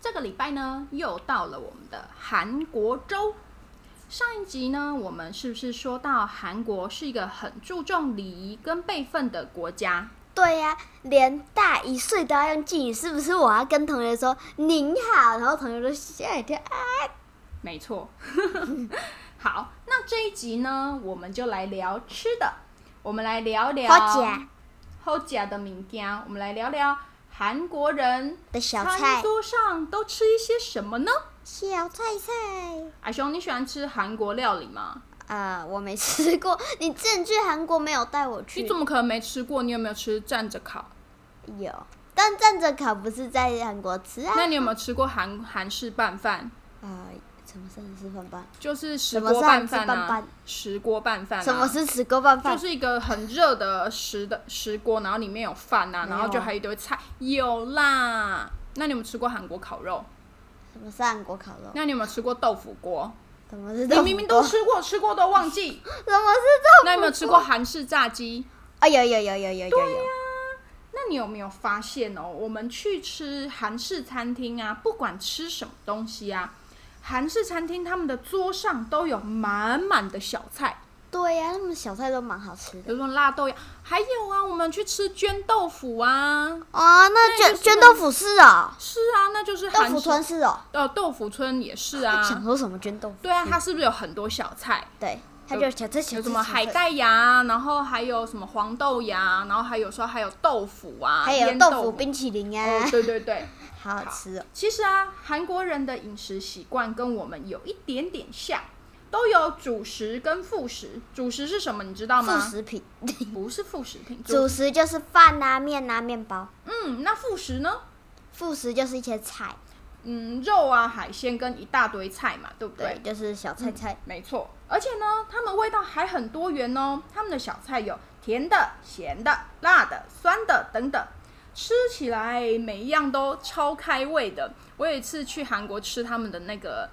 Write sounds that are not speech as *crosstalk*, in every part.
这个礼拜呢，又到了我们的韩国周。上一集呢，我们是不是说到韩国是一个很注重礼仪跟辈分的国家？对呀、连大一岁都要用敬语，是不是？我要跟同学说您好，然后同学就吓一跳啊！没错。 *laughs* 好，那这一集呢，我们就来聊吃的。我们来聊聊好假好假的名家，我们来聊聊韩国人的小餐菜，桌上都吃一些什么呢？小菜菜。阿雄，你喜欢吃韩国料理吗？呃，我没吃过。你之前去韩国没有带我去？你怎么可能没吃过？你有没有吃站着烤？有？但站着烤不是在韩国吃啊？那你有没有吃过韩韩式拌饭？呃，什么是吃饭饭？就是什石么是锅韩拌式饭拌啊饭？，石锅拌饭、啊。什么是吃锅拌饭就？是一个很热的石的石锅，然后里面有饭啊，没有然后就还有一堆菜。有啦，那你有没有吃过韩国烤肉？什么是韩国烤肉？那你有没有吃过豆腐锅？什么是你豆明腐明都锅？吃过，吃过都忘记。什么是那你有没有吃过韩式炸鸡？豆？啊，有有有有有有有。那你有没有发现哦？我们去吃韩式餐厅啊，不管吃什么东西啊，韩式餐厅他们的桌上都有满满的小菜，对呀、他们小菜都蛮好吃比的。如说辣豆芽，还有啊，我们去吃绢豆腐啊。哦，那那卷就是卷豆腐是哦，是啊，那就是豆韩腐式村是哦。呃，豆腐村也是啊。想说什么卷豆腐？对啊，它是不是有很多小菜？对，它就小菜小菜有什么小海菜带芽，然后还有什么黄豆芽，然后还有说还有豆腐啊，还有腌豆豆腐冰淇淋啊哦，，对对对，好好吃哦。其实啊，韩国人的饮食习惯跟我们有一点点像，都有主食跟副食。主食是什么？你知道副吗？食品，不是副食品。主食就是饭啊、面啊、面包，嗯，那副食呢？副食就是一些菜，嗯，肉啊、海鲜跟一大堆菜嘛，对不对？对，就是小菜菜。没错，而且呢，他们味道还很多元哦。他们的小菜有甜的、咸的、辣的、酸的等等，吃起来每一样都超开胃的。我有一次去韩国吃他们的那个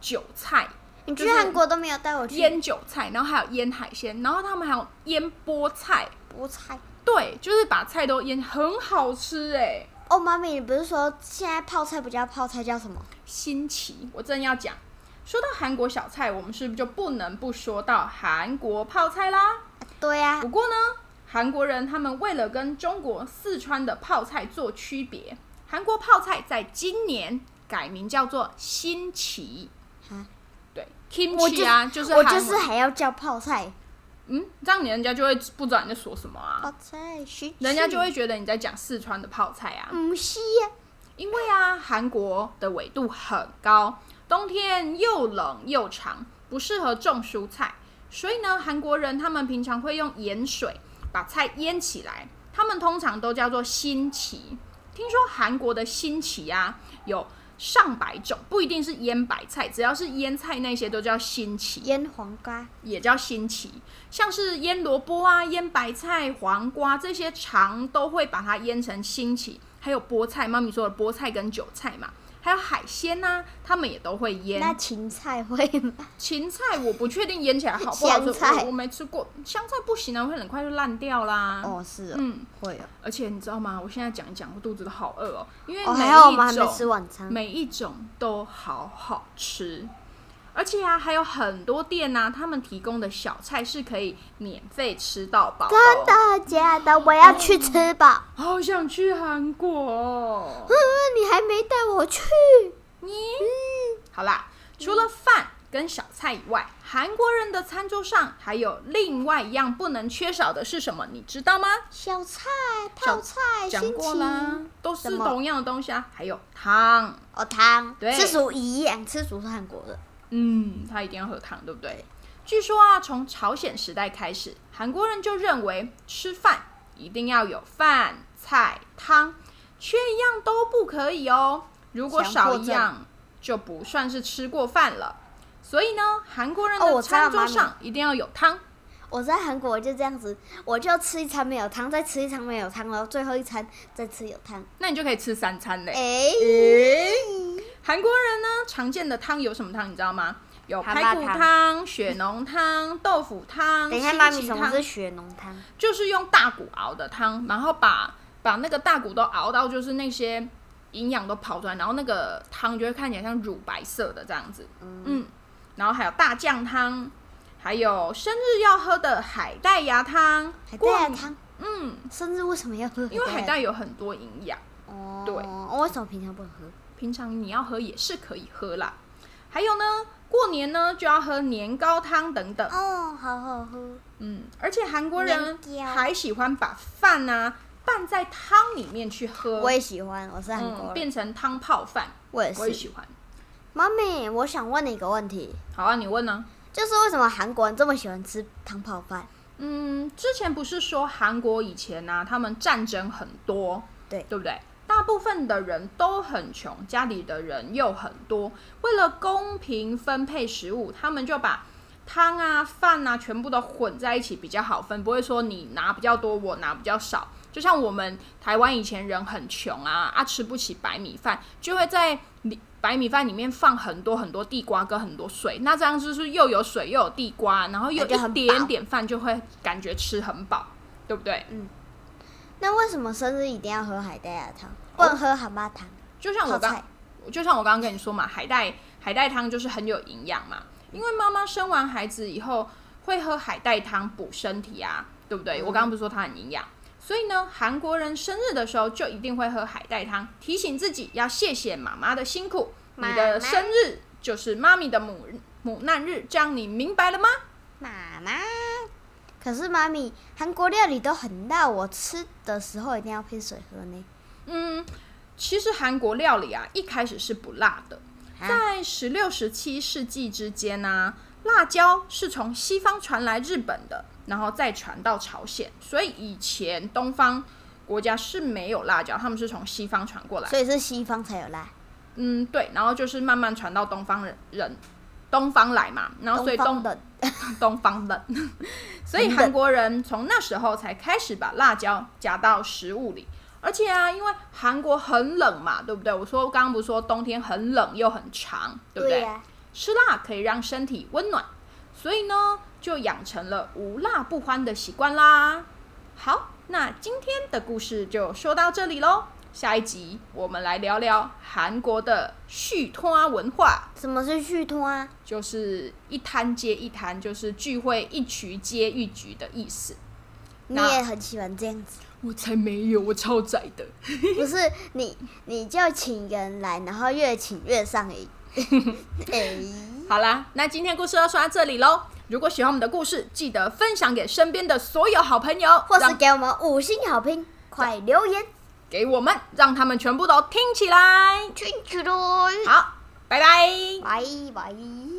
韭菜，你嗯就去是韩国都没有带我去腌韭菜，然后还有腌海鲜，然后他们还有腌菠菜，菠菜。对，就是把菜都腌，很好吃哎，哦，妈咪，你不是说现在泡菜不叫泡菜，叫什么？新奇。我正要讲，说到韩国小菜，我们是不是就不能不说到韩国泡菜啦？对呀不，过呢，韩国人他们为了跟中国四川的泡菜做区别，韩国泡菜在今年改名叫做新奇啊。对我就，kimchi 啊，就是我韩就是文还要叫泡菜，嗯，这样人家就会不知道你在说什么啊泡，菜徐人家就会觉得你在讲四川的泡菜啊。不是呀，因为啊，韩国的纬度很高，冬天又冷又长，不适合种蔬菜，所以呢，韩国人他们平常会用盐水把菜腌起来，他们通常都叫做新奇。听说韩国的新奇啊，有上百种，不一定是腌白菜，只要是腌菜那些都叫新奇。腌黄瓜。也叫新奇，像是腌萝卜啊、腌白菜、黄瓜这些肠都会把它腌成新奇，还有菠菜，妈咪说的菠菜跟韭菜嘛，还有海鲜呐、他们也都会那腌。芹菜会吗？芹菜我不确定腌起来好不好香吃，菜我我没吃过，香菜不行啊，会很快就烂掉啦。哦，是哦，嗯，会哦。而且你知道吗？我现在讲一讲，我肚子都好饿哦，因为哦，每还好我一们还没种吃晚餐。每一种都好好吃，而且啊，还有很多店呐、他们提供的小菜是可以免费吃到饱的真哦。的假的？我要去吃饱。好想去韩国、哦。嗯，你还没带我去。你、好啦，除了饭，跟小菜以外，韩国人的餐桌上还有另外一样不能缺少的是什么？你知道吗？小菜、泡菜、讲新过啦奇，都是什么同样的东西啊。还有汤，哦汤，对吃熟一样，吃熟是韩国的。嗯，他一定要喝汤，对不对？据说啊，从朝鲜时代开始，韩国人就认为吃饭一定要有饭菜汤，缺一样都不可以哦。如果强迫少症一样，就不算是吃过饭了。所以呢，韩国人哦的我知道餐桌妈咪上一定要有汤。我在韩国就这样子，我就吃一餐没有汤，再吃一餐没有汤，然后最后一餐再吃有汤。那你就可以吃三餐嘞。哎、韩国人呢，常见的汤有什么汤？你知道吗？有蛤蟆排骨汤汤、血浓汤、豆腐汤、等一西下，芹妈咪什么汤是，血浓汤？就是用大骨熬的汤，然后把把那个大骨都熬到就是那些营养都跑出来，然后那个汤就会看起来像乳白色的这样子。嗯然后还有大酱汤，还有生日要喝的海带芽汤。海带过芽敏汤，嗯，甚至为什么要喝？因为海带有很多营养。哦，对哦为什么平常不能喝？平常你要喝也是可以喝啦。还有呢，过年呢就要喝年糕汤等等。哦，好好喝，嗯，而且韩国人年糕还喜欢把饭啊拌在汤里面去喝，我也喜欢，我是韩嗯国人，变成汤泡饭，我也我也是。喜欢。妈咪，我想问你一个问题，好啊，你问呢？就是为什么韩国人这么喜欢吃汤泡饭？嗯，之前不是说韩国以前呢、啊，他们战争很多，对对不对？大部分的人都很穷，家里的人又很多，为了公平分配食物，他们就把汤啊、饭啊全部都混在一起比较好分，不会说你拿比较多，我拿比较少。就像我们台湾以前人很穷啊，啊吃不起白米饭，就会在里白米饭里面放很多很多地瓜跟很多水，那这样就是又有水又有地瓜，然后又那就一很点饱点饭就会感觉吃很饱，对不对？那为什么生日一定要喝海带芽汤，不能喝蛤蟆汤？就哦像我泡刚菜，就像我刚刚跟你说嘛，海带海带汤就是很有营养嘛，因为妈妈生完孩子以后会喝海带汤补身体啊，对嗯不对？我刚刚不是说它很营养，所以呢，韩国人生日的时候就一定会喝海带汤，提醒自己要谢谢妈妈的辛苦，妈你妈的生日就是妈咪的母母难日，这样你明白了吗？妈妈。可是妈咪，韩国料理都很辣，我吃的时候一定要配水喝呢。嗯，其实韩国料理啊，一开始是不辣的，啊在十六、十七世纪之间呢、啊辣椒是从西方传来日本的，然后再传到朝鲜，所以以前东方国家是没有辣椒，他们是从西方传过来。所以是西方才有辣。嗯，对，然后就是慢慢传到东方人人东方来嘛，然后所以东方的，东方 *laughs* 冷，所以很冷韩国人从那时候才开始把辣椒加到食物里。而且啊，因为韩国很冷嘛，对不对？我说刚刚不是说冬天很冷又很长，对不对？呀、吃辣可以让身体温暖，所以呢，就养成了无辣不欢的习惯啦。好，那今天的故事就说到这里喽。下一集我们来聊聊韩国的续托文化。什么是续托啊？就是一摊接一摊，就是聚会一局接一局的意思。你那也很喜欢这样 *laughs* 子，我才没有，我超宅的。不是你你就请人来，然后越请越上 *laughs* 瘾。哎、好啦，那今天故事就说到这里喽。如果喜欢我们的故事，记得分享给身边的所有好朋友，或是让给我们五星好评，快留言给我们，让他们全部都听起来。圈起来，好，拜拜。拜拜。